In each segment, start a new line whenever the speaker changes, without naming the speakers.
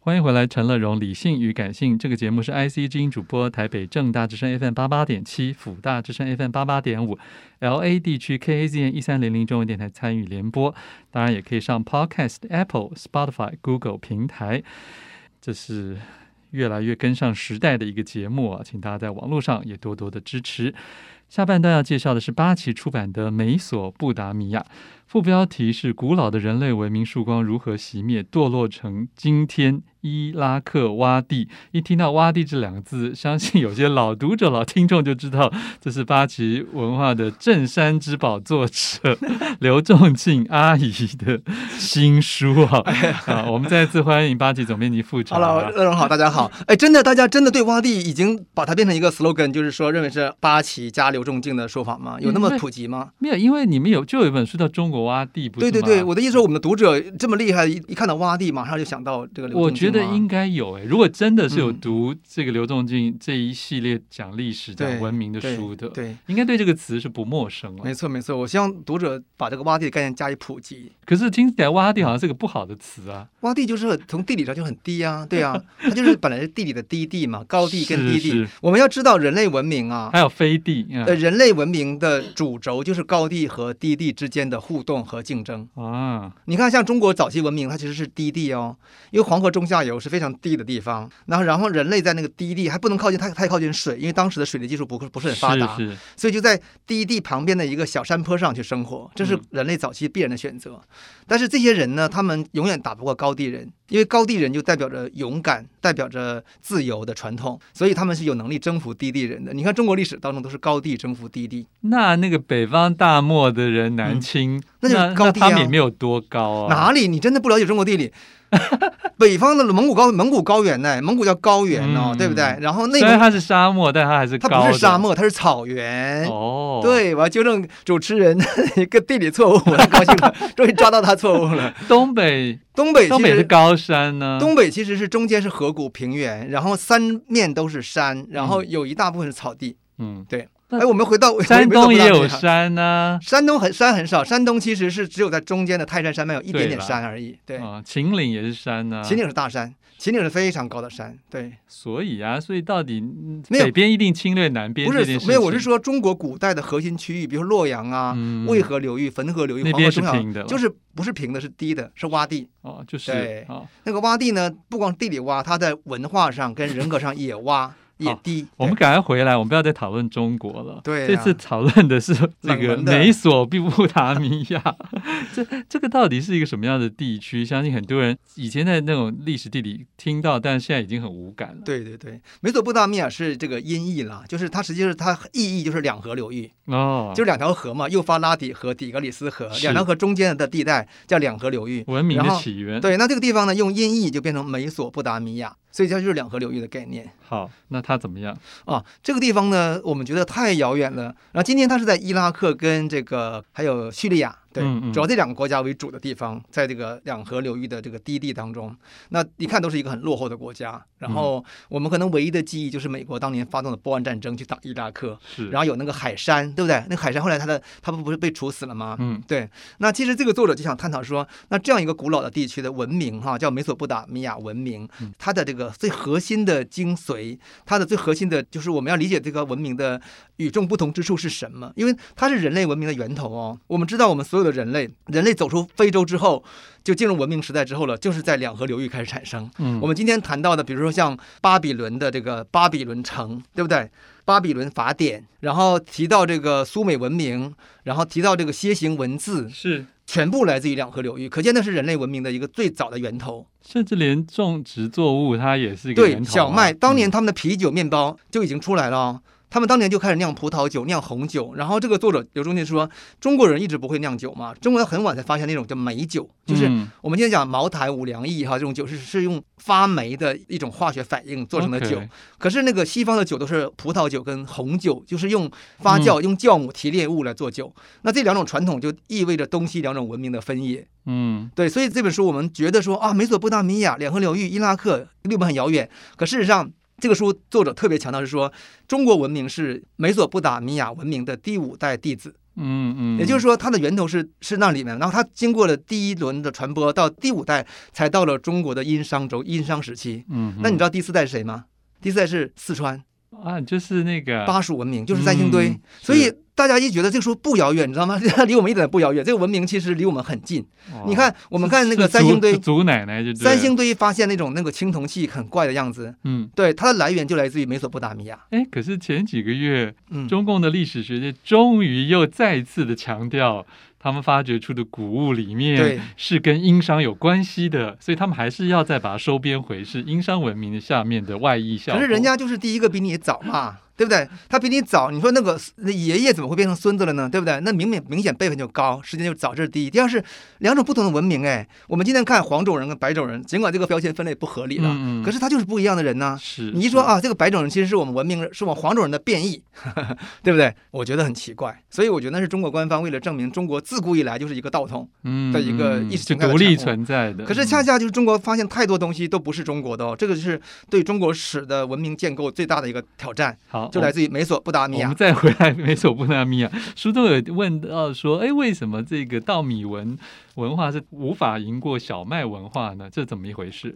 欢迎回来，《陈乐荣理性与感性》这个节目是 IC 之音主播，台北正大之声 FM 八八点七，辅大之声 FM 八八点五，LA 地区 KAZN 一三零零中文电台参与联播，当然也可以上 Podcast、Apple、Spotify、Google 平台。这是越来越跟上时代的一个节目啊，请大家在网络上也多多的支持。下半段要介绍的是八旗出版的《美索不达米亚》，副标题是“古老的人类文明曙光如何熄灭，堕落成今天伊拉克洼地”。一听到“洼地”这两个字，相信有些老读者、老听众就知道，这是八旗文化的镇山之宝作者刘仲敬阿姨的新书啊！ 啊，我们再次欢迎八旗总编辑副长、啊。
Hello，乐荣好，大家好。哎，真的，大家真的对洼地已经把它变成一个 slogan，就是说认为是八旗加刘。刘仲敬的说法吗？
嗯
有那么普及吗？
没有，因为你们有就有一本书叫《中国洼地》，不是
对对对，我的意思说，我们的读者这么厉害，一一看到洼地，马上就想到这个刘仲嗯
我觉得应该有哎诶，如果真的是有读这个刘仲敬这一系列讲历史、讲文明的书的，
对，
应该对这个词是不陌生了。
没错没错，我希望读者把这个洼地的概念加以普及。
可是听起来洼地好像是个不好的词啊，
洼地就是从地理上就很 低啊，对啊，它就是本来是地理的低地嘛，高地跟低地。我们要知道人类文明啊，
还有飞地。嗯
呃，人类文明的主轴就是高地和低地之间的互动和竞争
啊。
你看，像中国早期文明，它其实是低地哦，因为黄河中下游是非常低的地方。然后，然后人类在那个低地还不能靠近太太靠近水，因为当时的水利技术不不是很发达，
是是
所以就在低地旁边的一个小山坡上去生活，这是人类早期必然的选择。嗯、但是这些人呢，他们永远打不过高地人，因为高地人就代表着勇敢，代表着自由的传统，所以他们是有能力征服低地人的。你看中国历史当中都是高地。地征服低地，
那那个北方大漠的人南侵、嗯，
那
就是
高地啊，
他们也没有多高啊。
哪里？你真的不了解中国地理。 北方的蒙古高蒙古高原呢，蒙古叫高原哦，嗯、对不对？然后内
蒙它是沙漠，但它还是
它不是沙漠，它是草原。
哦，
对，我要纠正 主持人一个地理错误，我太高兴 了，终于抓到他错误了。
东北，
东北，
东北是高山呢、啊。
东北其实是中间是河谷平原，然后三面都是山，然后有一大部分是草地。
嗯，
对。哎， 我们回到
山东也有山呢、啊。
山东很山很少，山东其实是只有在中间的泰山山脉有一点点山而已。对
啊，秦岭也是山呢、啊。
秦岭是大山，秦岭是非常高的山。对，
所以啊，所以到底
北
边一定侵略南边
不是没有，我是说中国古代的核心区域，比如洛阳啊、嗯、渭河流域、汾河流域、黄河中下
游，
就是不是平的，是低的，是洼地。
哦，就是
对、
哦、
那个洼地呢，不光地理洼，它在文化上跟人格上也洼。也低，
哦我们赶快回来，我们不要再讨论中国了。
对、啊，
这次讨论的是这个美索不达米亚， 这这个到底是一个什么样的地区？相信很多人以前在那种历史地理听到，但是现在已经很无感了。
对对对，美索不达米亚是这个音译啦，就是它实际上它意义就是两河流域
哦，
就是两条河嘛，幼发拉底河、底格里斯河，两条河中间的地带叫两河流域。
文明的起源。
对，那这个地方呢，用音译就变成美索不达米亚。所以它就是两河流域的概念。
好，那它怎么样
啊？这个地方呢，我们觉得太遥远了。然后今天它是在伊拉克跟这个还有叙利亚，对，
嗯嗯
主要这两个国家为主的地方，在这个两河流域的这个低地当中，那一看都是一个很落后的国家。
嗯
然后我们可能唯一的记忆就是美国当年发动的波湾战争去打伊拉克，
是，
然后有那个海山，对不对？那海山后来他的他不不是被处死了吗？
嗯，
对。那其实这个作者就想探讨说，那这样一个古老的地区的文明哈，叫美索不达米亚文明，它的这个。最核心的精髓，它的最核心的就是我们要理解这个文明的与众不同之处是什么，因为它是人类文明的源头哦。我们知道，我们所有的人类，人类走出非洲之后，就进入文明时代之后了，就是在两河流域开始产生。
嗯，
我们今天谈到的，比如说像巴比伦的这个巴比伦城，对不对？巴比伦法典，然后提到这个苏美文明，然后提到这个楔形文字，
是。
全部来自于两河流域，可见那是人类文明的一个最早的源头。
甚至连种植作物，它也是一
个源头、啊。对，小麦，当年
嗯、
他们的啤酒、面包就已经出来了、哦。他们当年就开始酿葡萄酒、酿红酒。然后这个作者刘忠进说，中国人一直不会酿酒嘛，中国人很晚才发现那种叫梅酒，就是
嗯
我们今天讲茅台、五粮液哈，这种酒是是用发霉的一种化学反应做成的酒。可是那个西方的酒都是葡萄酒跟红酒，就是用发酵、
嗯、
用酵母提炼物来做酒。那这两种传统就意味着东西两种文明的分野。
嗯，
对，所以这本书我们觉得说啊，美索不达米亚、两河流域、伊拉克离我们很遥远，可事实上。这个书作者特别强调是说，中国文明是美索不达米亚文明的第五代弟子。
嗯嗯，
也就是说，它的源头是是那里面，然后它经过了第一轮的传播，到第五代才到了中国的殷商周、殷商时期。
嗯哼，
那你知道第四代是谁吗？第四代是四川
啊，就是那个
巴蜀文明，就是三星堆
嗯。
所以大家一觉得这个书不遥远，你 知道吗？离我们一点不遥远，这个文明其实离我们很近。
哦
你看，我
我
们看那个三星堆，
祖奶奶就对了
三星堆发现那种那个青铜器很怪的样子，
嗯。
对，它的来源就来自于美索不达米亚。
哎，可是前几个月，
嗯，
中共的历史学界终于又再次的强调，他们发掘出的古物里面
对
是跟殷商有关系的，所以他们还是要再把它收编回是殷商文明的下面的外溢效
可
果。
是人家就是第一个比你早嘛， 对不对？他比你早，你说那个那爷爷怎么会变成孙子了呢？对不对？那明明明显辈分就高，时间就早，这是第一。第二是两种不同的文明，哎，我们今天看黄种人跟白种人，尽管这个标签分类不合理了，
嗯嗯
可是他就是不一样的人呐。
是
你一说，啊，这个白种人其实是我们文明人，是我们黄种人的变异， 对不对？我觉得很奇怪，所以我觉得那是中国官方为了证明中国自古以来就是一个道统。
嗯
的一个
嗯
意识
是
形态的
独立
产物
存在的。
可是恰恰就是中国发现太多东西都不是中国的哦，这个是对中国史的文明建构最大的一个挑战。
嗯好，
就来自于美索不达米啊
我们
亚。
再回来美索不达米亚，啊 书中有问到说，哎，为什么这个稻米文文化是无法赢过小麦文化呢？这怎么一回事？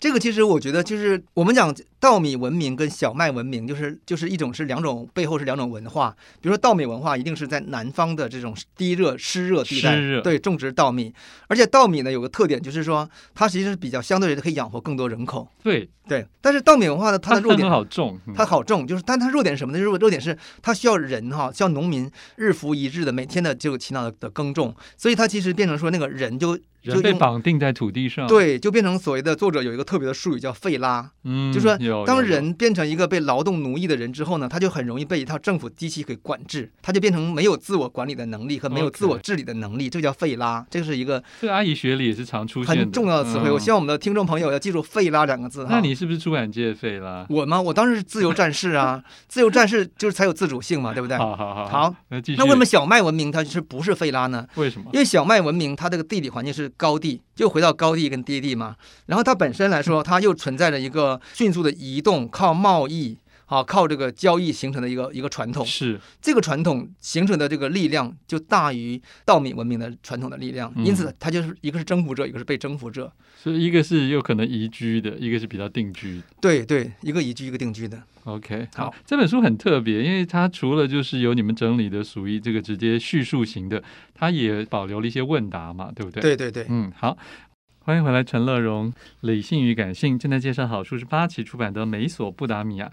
这个其实我觉得就是我们讲稻米文明跟小麦文明，就是就是一种是两种背后是两种文化。比如说稻米文化一定是在南方的这种低热湿热地带
湿热，
对种植稻米，而且稻米呢有个特点就是说它实际上是比较相对的可以养活更多人口。
对，
对，但是稻米文化呢它的弱
它很
点。
好重，嗯
它好种，就是，但它弱点是什么呢？就是弱点是它需要人哈，需要农民日复一日的每天的这个勤劳的的耕种，所以它其实变成说那个人就就
人被
用
绑定在土地上。，
对，就变成所谓的作者有一个特别的术语叫“费拉
嗯，
就说
有”。
当
有
人变成一个被劳动奴役的人之后呢，他就很容易被一套政府机器给管制，他就变成没有自我管理的能力和没有自我
OK
治理的能力，这个叫费拉，这是一个
这个阿姨学里也是常出现
很重要的词汇。我希
望，
望我们的听众朋友要记住“费拉”两个字哈。
那你是不是出版界费啦？
我吗？我当然是自由战士啊，自由战士就是才有自主性嘛，对不对？
好好好，
好，
那继续。
那为什么小麦文明它是不是费拉呢？
为什么？
因为小麦文明它这个地理环境是高地，又回到高地跟低地嘛。然后它本身来说，它又存在着一个迅速的移动，靠贸易。啊，靠这个交易形成的一个一个传统，
是
这个传统形成的这个力量就大于稻米文明的传统的力量，
嗯
因此它就是一个是征服者，一个是被征服者，
所以一个是有可能移居的，一个是比较定居的。
对对，一个移居，一个定居的，
OK，
好，
这本书很特别，因为它除了就是有你们整理的属于这个直接叙述型的，它也保留了一些问答嘛，对不对？，
对对对。
嗯，好。欢迎回来，陈乐荣。理性与感性正在介绍好书是八旗出版的《美索不达米亚》，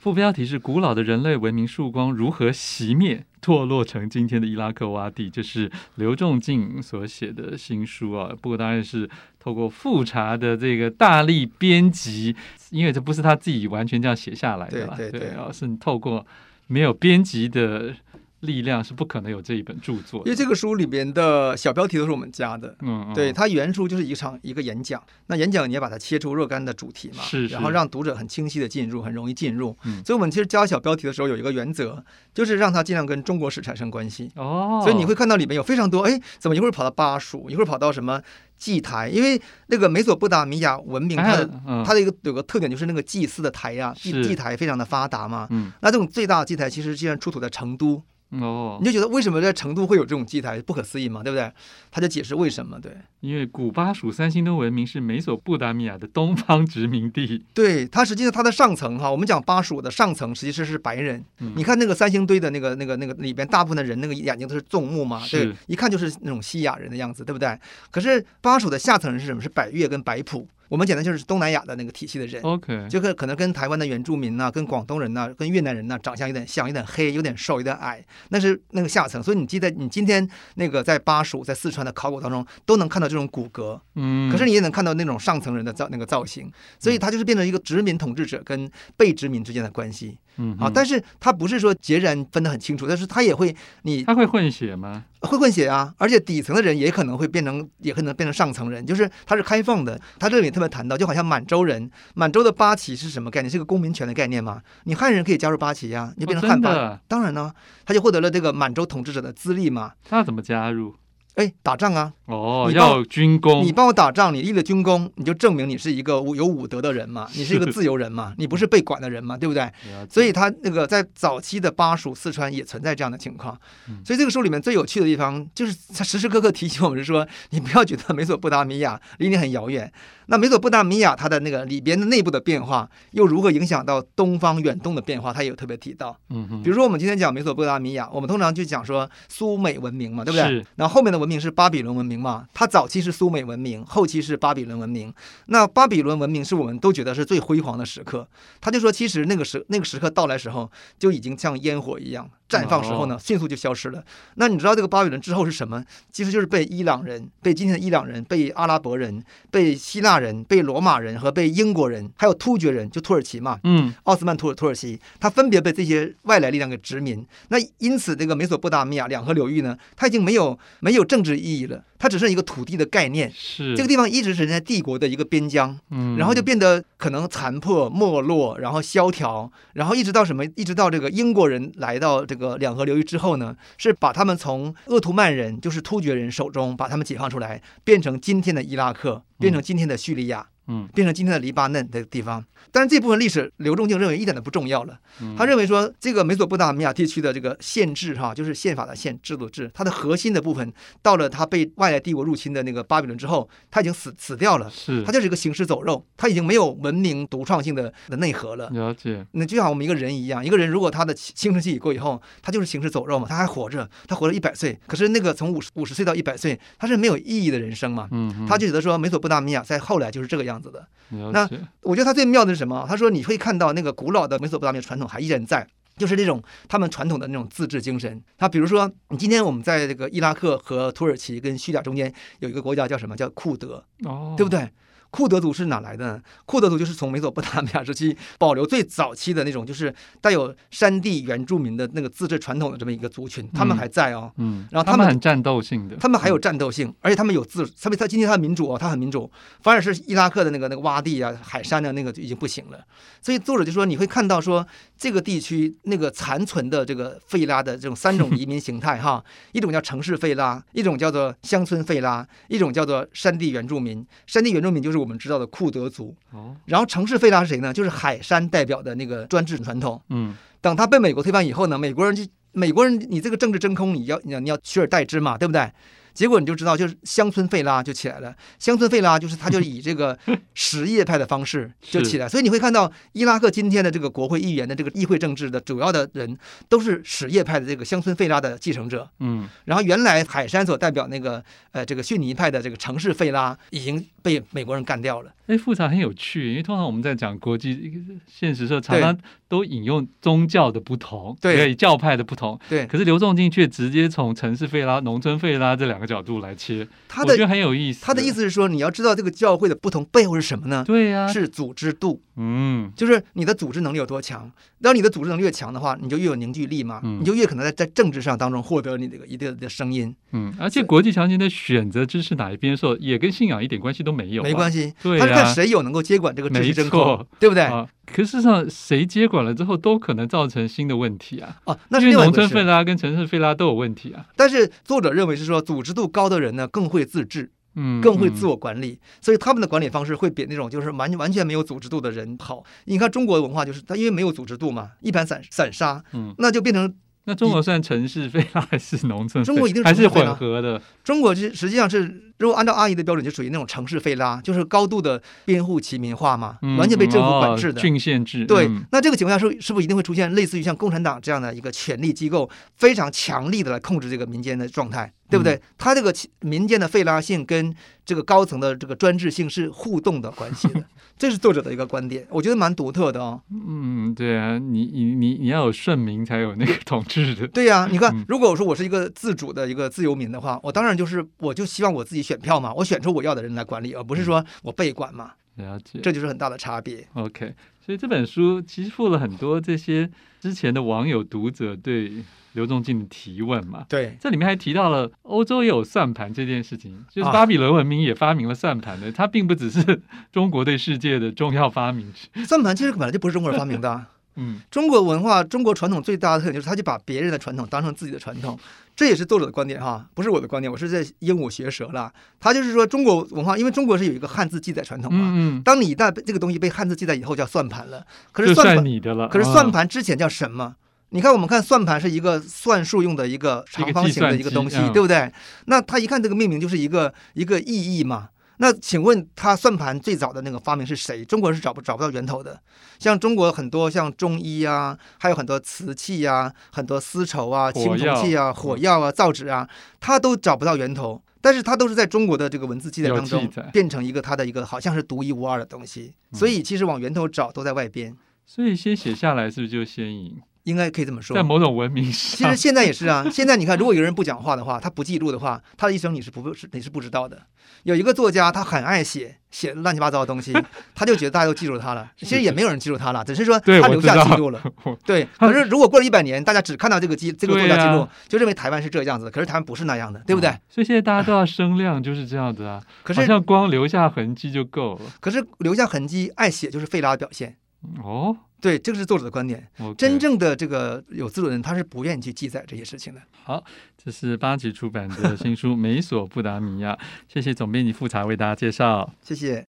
副标题是“古老的人类文明曙光如何熄灭，堕落成今天的伊拉克洼地”，这是刘仲敬所写的新书啊。不过当然是透过复查的这个大力编辑，因为这不是他自己完全这样写下来的啦，
对对对
啊，是你透过没有编辑的力量是不可能有这一本著作的。
因为这个书里边的小标题都是我们加的，
嗯，嗯
对，它原书就是一场一个演讲，那演讲你要把它切出若干的主题嘛，
是是
然后让读者很清晰的进入，很容易进入。
嗯
所以我们其实加小标题的时候有一个原则，就是让它尽量跟中国史产生关系。
哦，
所以你会看到里面有非常多，哎，怎么一会儿跑到巴蜀，一会儿跑到什么祭台？因为那个美索不达米亚文明，它
哎
的、
嗯
它的一个有个特点就是那个祭祀的台呀、祭
是
祭台非常的发达嘛。
嗯
那这种最大的祭台其实竟然出土在成都，
哦
你，就觉得为什么在成都会有这种祭台，不可思议嘛，对不对？他就解释为什么，对。
因为古巴蜀三星堆文明是美索不达米亚的东方殖民地。
对，它实际上它的上层哈，我们讲巴蜀的上层其实是白人。
嗯
你看那个三星堆的那个那个那个里边，大部分的人那个眼睛都是纵目嘛，对
是，
一看就是那种西亚人的样子，对不对？可是巴蜀的下层人是什么？是百越跟白普，我们讲的就是东南亚的那个体系的人。
OK，
就跟可能跟台湾的原住民呐、跟广东人呐、跟越南人呐、长相有点像，有点黑，有点瘦，有点矮，那是那个下层。所以你记得，你今天那个在巴蜀、在四川的考古当中，都能看到这种骨骼。
嗯，
可是你也能看到那种上层人的造那个造型，所以它就是变成一个殖民统治者跟被殖民之间的关系
嗯
啊。
哼
但是它不是说截然分得很清楚，但是它也会 你
它会混血吗？
会混血啊，而且底层的人也可能会变成，也可能变成上层人，就是它是开放的。它这里特别谈到，就好像满洲人，满洲的八旗是什么概念？是个公民权的概念嘛？你汉人可以加入八旗啊呀、你就变成
哦
汉
真
八。
的，
当然呢，他就获得了这个满洲统治者的资历嘛。
他怎么加入？
哎，打仗啊，
哦，
你帮
要军功，
你帮我打仗，你立了军功，你就证明你是一个有武德的人嘛，你是一个自由人嘛，你不是被管的人嘛，对不对？
了解
所以他那个在早期的巴蜀、四川也存在这样的情况
嗯。
所以这个书里面最有趣的地方，就是他时时刻刻提醒我们是说，你不要觉得美索不达米亚离你很遥远。那美索不达米亚它的那个里边的内部的变化，又如何影响到东方远东的变化，他也有特别提到。
嗯哼，
比如说我们今天讲美索不达米亚，我们通常就讲说苏美文明嘛，对不
是
对？然后后面的文明是巴比伦文明嘛，它早期是苏美文明，后期是巴比伦文明。那巴比伦文明是我们都觉得是最辉煌的时刻。他就说，其实那个时那个时刻到来时候，就已经像烟火一样绽放时候呢，迅速就消失了。那你知道这个巴比伦之后是什么？其实就是被伊朗人、被今天的伊朗人、被阿拉伯人、被希腊人、被罗马人和被英国人，还有突厥人，就土耳其嘛，
嗯，
奥斯曼土耳土耳其，它分别被这些外来力量给殖民。那因此，这个美索不达米亚两河流域呢，它已经没有没有政治意义了，它只是一个土地的概念。
是
这个地方一直是人家帝国的一个边疆，
嗯，
然后就变得可能残破没落，然后萧条，然后一直到什么？一直到这个英国人来到这个两河流域之后呢，是把他们从鄂图曼人，就是突厥人手中把他们解放出来，变成今天的伊拉克，变成今天的叙利亚。
嗯，
变成今天的黎巴嫩的地方。但是这部分历史，刘仲敬认为一点都不重要了
嗯。
他认为说，这个美索不达米亚地区的这个宪制哈，就是宪法的宪制度制，它的核心的部分，到了它被外来帝国入侵的那个巴比伦之后，它已经死死掉了。
是
它就是一个行尸走肉，它已经没有文明独创性的的内核了。
了解，
那就像我们一个人一样，一个人如果他的青青春期已过以后，他就是行尸走肉嘛，他还活着，他活了一百岁，可是那个从五十五十岁到一百岁，他是没有意义的人生嘛。
嗯哼，
他就觉得说，美索不达米亚在后来就是这个样子的。
了
那
解，
我觉得他最妙的是什么？他说你会看到那个古老的美索不达米亚传统还依然在。就是那种他们传统的那种自治精神。他比如说，你今天我们在这个伊拉克和土耳其跟叙利亚中间有一个国家叫什么？叫库德，
哦，
对不对？库德族是哪来的呢？库德族就是从美索不达米亚时期保留最早期的那种，就是带有山地原住民的那个自治传统的这么一个族群，他们还在哦。
嗯，
然后
他
他们
很战斗性的，
他们还有战斗性，而且他们有自，特别他今天他民主啊，他很民主，反而是伊拉克的那个那个洼地啊、海山的那个就已经不行了。所以作者就说，你会看到说这个地区那个残存的这个费拉的这种三种移民形态哈，一种叫城市费拉，一种叫做乡村费拉，一种叫做山地原住民。山地原住民就是我们知道的库德族，
哦，
然后城市费拉是谁呢？就是海山代表的那个专制传统。
嗯，
等他被美国推翻以后呢，美国人就美国人，你这个政治真空，你要你要你要取而代之嘛，对不对？结果你就知道，就是乡村费拉就起来了。乡村费拉就是他就以这个什叶派的方式就起来，所以你会看到伊拉克今天的这个国会议员的这个议会政治的主要的人都是什叶派的这个乡村费拉的继承者。
嗯，
然后原来海山所代表那个呃这个逊尼派的这个城市费拉已经被美国人干掉了。
哎，复查很有趣，因为通常我们在讲国际现实社，常常都引用宗教的不同，
对
教派的不同。
对
可是刘仲敬却直接从城市费拉、农村费拉这两个角度来切，
他
我觉
的
得很有意思。
他的意，思是说，你要知道这个教会的不同背后是什么呢？
对呀、
是组织度。
嗯，
就是你的组织能力有多强，当你的组织能力越强的话，你就越有凝聚力嘛，
嗯
你就越可能在在政治上当中获得你这个一定的声音，
嗯，而且国际强权在选择支持哪一边的时候，也跟信仰一点关系都没有。啊
没关
系，
系，
对
他是
呀
看谁有能够接管这个秩
没
序真空
错，
对不对？
啊。可事实上，谁接管了之后，都可能造成新的问题啊。
哦，那
因
是
为
另外一
农
回
村费
事。
拉跟城市费拉都有问题啊。
但是作者认为是说，组织度高的人呢，更会自治，
嗯，
更会自
我。
我管理，所以他们的管理方式会比那种就是完完全没有组织度的人好。你看中国文化就是，他因为没有组织度嘛，一盘散散沙，
嗯
那就变成
那中国算城市费拉还是农村费？
中国一定是
还是
城市费拉
混合的。
中国是实际上是，如果按照阿姨的标准，就属于那种城市费拉，就是高度的边户齐民化嘛，
嗯
完全被政府管制
哦
的。
郡县制。
对
嗯，
那这个情况下是是不是一定会出现类似于像共产党这样的一个权力机构非常强力的来控制这个民间的状态，对
嗯
不对？它这个其民间的费拉性跟这个高层的这个专制性是互动的关系 的，这是作者的一个观点，我觉得蛮独特的哦。
嗯，对啊，你你你你要有顺民才有那个统治的。
对呀、
嗯
你看，如果我说我是一个自主的一个自由民的话，我当然就是我就希望我自己选票嘛，我选出我要的人来管理，而不是说我被管嘛。
了解。
这就是很大的差别。
OK，所以这本书其实附了很多这些之前的网友读者对刘仲敬的提问嘛。
对，
这里面还提到了欧洲也有算盘这件事情，就是
啊
巴比伦文明也发明了算盘的， 它并不只是中国对世界的重要发明之。
算盘其实本来就不是中国人发明的啊，
嗯
中国文化、中国传统最大的特点就是，他就把别人的传统当成自己的传统，这也是作者的观点哈，不是我的观点，我是在鹦鹉学舌了。他就是说，中国文化，因为中国是有一个汉字记载传统嘛，
嗯嗯，
当你一旦被这个东西被汉字记载以后，叫算盘了。可是
这
算
算
盘，
你的了。
可是
啊
算盘之前叫什么？你看，我们看算盘是一个算术用的一个长方形的一个东西
一个计算，机嗯
对不对？那他一看这个命名就是一个一个意义嘛。那请问他算盘最早的那个发明是谁？中国人是找不找不到源头的。像中国很多像中医啊，还有很多瓷器啊，很多丝绸啊、
火
青铜器啊、火药啊、造纸啊，它都找不到源头。但是它都是在中国的这个文字记载当
有
中
记载
变成一个它的一个好像是独一无二的东西。
嗯
所以其实往源头找都在外边，
所以先写下来是不是就先赢？
应该可以这么说。
在某种文明
其
上
实，现在也是啊，现在你看，如果有人不讲话的话，他不记录的话，他的一生你是不是你是不知道的。有一个作家，他很爱写写乱七八糟的 东西，他就觉得大家都记住他了。其实也没有人记住他了，只是说
对
他
我
留
知
下
道
记录 了。
我
对，可是如果过了一百年，大家只看到这个记这个作家记
对
录
啊，
就认为台湾是这样子，可是台湾不是那样的，对不对
嗯？所以现在大家都要声量就是这样子啊，
可
好
是
像光留下痕迹就够了。
可是留下痕迹，爱写就是费拉的表现。
哦，
对，这个是作者的观点。
o k
真正的这个有自主的人，他是不愿意去记载这些事情的。
好，这是八旗出版的新书《美索不达米亚》，谢谢总编辑富察为大家介绍。
谢谢。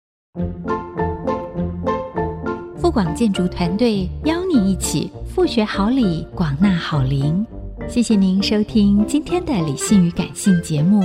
富广建筑团队邀你一起复学好礼，广纳好邻。谢谢您收听今天的理性与感性节目。